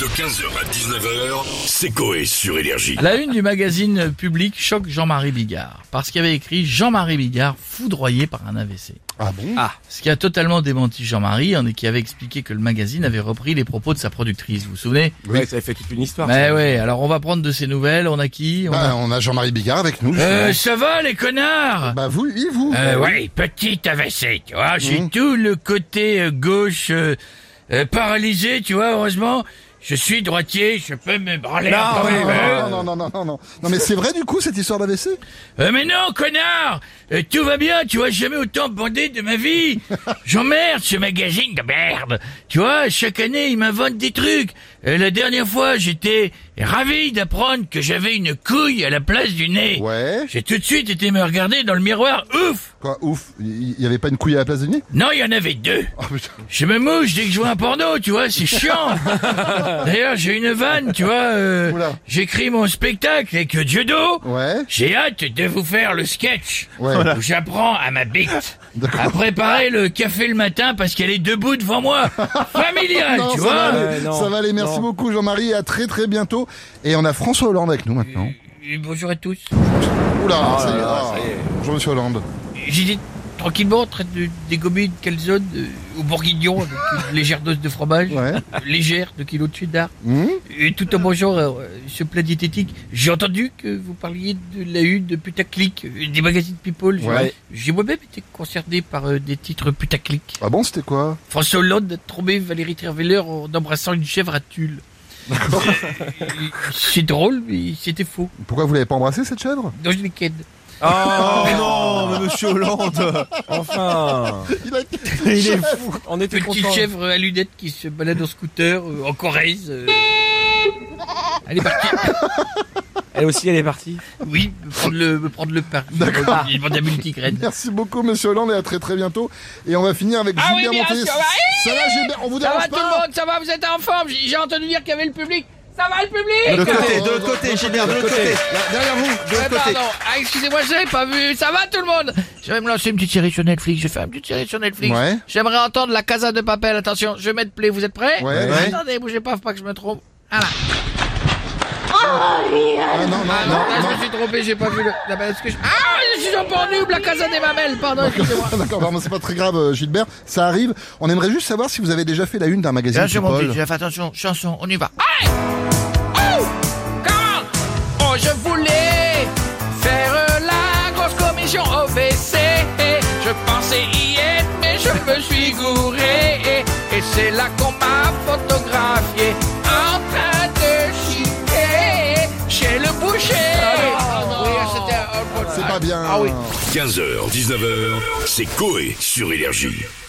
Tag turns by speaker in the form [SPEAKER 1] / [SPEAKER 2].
[SPEAKER 1] De 15h à 19h, c'est Coé sur Énergie.
[SPEAKER 2] À la une du magazine public choque Jean-Marie Bigard, parce qu'il avait écrit Jean-Marie Bigard foudroyé par un AVC.
[SPEAKER 3] Ah bon
[SPEAKER 2] Ah, ce qui a totalement démenti Jean-Marie, en- qui avait expliqué que le magazine avait repris les propos de sa productrice, vous vous souvenez
[SPEAKER 4] Ouais, ça fait toute une histoire.
[SPEAKER 2] Mais
[SPEAKER 4] ça.
[SPEAKER 2] ouais, alors on va prendre de ses nouvelles, on a qui on
[SPEAKER 3] Bah,
[SPEAKER 2] a-
[SPEAKER 3] On a Jean-Marie Bigard avec nous.
[SPEAKER 2] Euh,
[SPEAKER 3] justement.
[SPEAKER 2] ça va les connards
[SPEAKER 3] Bah vous, oui, vous.
[SPEAKER 2] Euh,
[SPEAKER 3] Bah oui.
[SPEAKER 2] ouais, petite AVC, tu vois. J'ai
[SPEAKER 4] Mmh.
[SPEAKER 2] tout le côté euh, gauche euh, euh, paralysé, tu vois. Heureusement, je suis droitier, je peux me branler. un peu,
[SPEAKER 3] Non,
[SPEAKER 2] euh,
[SPEAKER 3] Ah,
[SPEAKER 4] bah,
[SPEAKER 3] non, non, non, non, non, non. Non, mais c'est vrai du coup cette histoire d'AVC
[SPEAKER 2] Euh, mais non, connard Euh, Tout va bien, tu vois, jamais autant bandé de ma vie J'emmerde ce magazine de merde Tu vois, chaque année, ils m'inventent des trucs Euh, La dernière fois, j'étais ravi d'apprendre que j'avais une couille à la place du nez
[SPEAKER 3] Ouais.
[SPEAKER 2] J'ai tout de suite été me regarder dans le miroir, ouf
[SPEAKER 3] Quoi, ouf. Il y, y avait pas une couille à la place du nez
[SPEAKER 2] Non, il y en avait deux
[SPEAKER 3] Oh putain.
[SPEAKER 2] Je me mouche dès que je vois un porno, tu vois, c'est chiant. D'ailleurs, j'ai une vanne, tu vois. euh,
[SPEAKER 3] Oula.
[SPEAKER 2] J'écris mon spectacle avec Diodo.
[SPEAKER 3] Ouais.
[SPEAKER 2] J'ai hâte de vous faire le sketch
[SPEAKER 3] Ouais.
[SPEAKER 2] où j'apprends à ma bite
[SPEAKER 3] D'accord.
[SPEAKER 2] à préparer le café le matin parce qu'elle est debout devant moi. Familial,
[SPEAKER 3] Non,
[SPEAKER 2] tu
[SPEAKER 3] ça
[SPEAKER 2] vois. euh,
[SPEAKER 3] va aller,
[SPEAKER 4] Ouais, non.
[SPEAKER 3] ça va aller. Merci
[SPEAKER 4] Non.
[SPEAKER 3] beaucoup Jean-Marie, à très très bientôt. Et on a François Hollande avec nous maintenant.
[SPEAKER 2] Euh, Bonjour à tous.
[SPEAKER 3] Oula, ça y est.
[SPEAKER 4] là là,
[SPEAKER 3] ah.
[SPEAKER 4] ça y est.
[SPEAKER 3] Bonjour Monsieur Hollande.
[SPEAKER 2] J'ai dit tranquillement, traite de dégommer une calzone euh, au bourguignon avec une légère dose de fromage.
[SPEAKER 3] Ouais.
[SPEAKER 2] Légère, de kilos de cheddar.
[SPEAKER 3] Hmm
[SPEAKER 2] Et tout en mangeant euh, ce plat diététique, j'ai entendu que vous parliez de la une de putaclic, euh, des magazines People.
[SPEAKER 3] Ouais.
[SPEAKER 2] J'ai moi-même été concerné par euh, des titres putaclic.
[SPEAKER 3] Ah bon, c'était quoi
[SPEAKER 2] François Hollande a trompé Valérie Trierweiler en embrassant une chèvre à tulle. Euh, C'est drôle, mais c'était faux.
[SPEAKER 3] Pourquoi vous l'avez pas embrassé cette chèvre
[SPEAKER 2] Donc je l'ai ken.
[SPEAKER 4] Oh
[SPEAKER 5] non, mais monsieur Hollande
[SPEAKER 4] Enfin
[SPEAKER 3] Il a
[SPEAKER 4] Il est fou On était
[SPEAKER 2] Petite
[SPEAKER 4] contents.
[SPEAKER 2] chèvre à lunettes qui se balade en scooter euh, en Corrèze. euh. Allez, parti.
[SPEAKER 4] Elle aussi, elle est partie.
[SPEAKER 2] Oui, me prendre le, me prendre le pain. D'accord. Il demande un multigraine.
[SPEAKER 3] Merci beaucoup, monsieur Hollande, et à très très bientôt. Et on va finir avec
[SPEAKER 2] Ah oui,
[SPEAKER 3] Julien
[SPEAKER 2] bien
[SPEAKER 3] Monté.
[SPEAKER 2] sûr,
[SPEAKER 3] Ça va, Gilbert On vous
[SPEAKER 2] Ça
[SPEAKER 3] dérange
[SPEAKER 2] va tout
[SPEAKER 3] pas
[SPEAKER 2] le monde, ça va, vous êtes en forme J'ai j'ai entendu dire qu'il y avait le public Ça va le
[SPEAKER 5] De
[SPEAKER 2] public
[SPEAKER 5] l'autre côté,
[SPEAKER 3] Oh,
[SPEAKER 5] de l'autre côté, Gilbert, de l'autre côté. Là, Derrière vous, de
[SPEAKER 2] Ouais,
[SPEAKER 5] l'autre côté.
[SPEAKER 2] pardon, ah, excusez-moi, je l'avais pas vu. Ça va tout le monde Je vais me lancer une petite série sur Netflix, je fais une petite série sur Netflix.
[SPEAKER 3] Ouais.
[SPEAKER 2] J'aimerais entendre la Casa de Papel, attention, je vais mettre play, vous êtes prêts
[SPEAKER 3] Ouais. Ouais.
[SPEAKER 2] Attendez, bougez pas, faut pas que je me trompe. Voilà.
[SPEAKER 3] Ah, non, non,
[SPEAKER 2] Ah non, là, je me
[SPEAKER 3] non,
[SPEAKER 2] suis trompé, j'ai pas vu le... Ah, ben, est-ce que je... Ah, je suis encore nuble, la Casa des Mamelles, pardon, excusez-moi.
[SPEAKER 3] non. Ah, D'accord, non, mais c'est pas très grave, euh, Gilbert. Ça arrive. On aimerait juste savoir si vous avez déjà fait la une d'un magazine.
[SPEAKER 2] Là, je
[SPEAKER 3] People.
[SPEAKER 2] monte, je fais attention, chanson, on y va. Allez Oh Come on Oh, je voulais faire la grosse commission au WC. Je pensais y être, mais je me suis gouré. Et c'est là qu'on m'a photographié en train de chier chez le boucher. Oui, c'était un-
[SPEAKER 3] C'est pas bien.
[SPEAKER 2] Ah oui.
[SPEAKER 1] 15h, 19h, c'est Coé sur Énergie.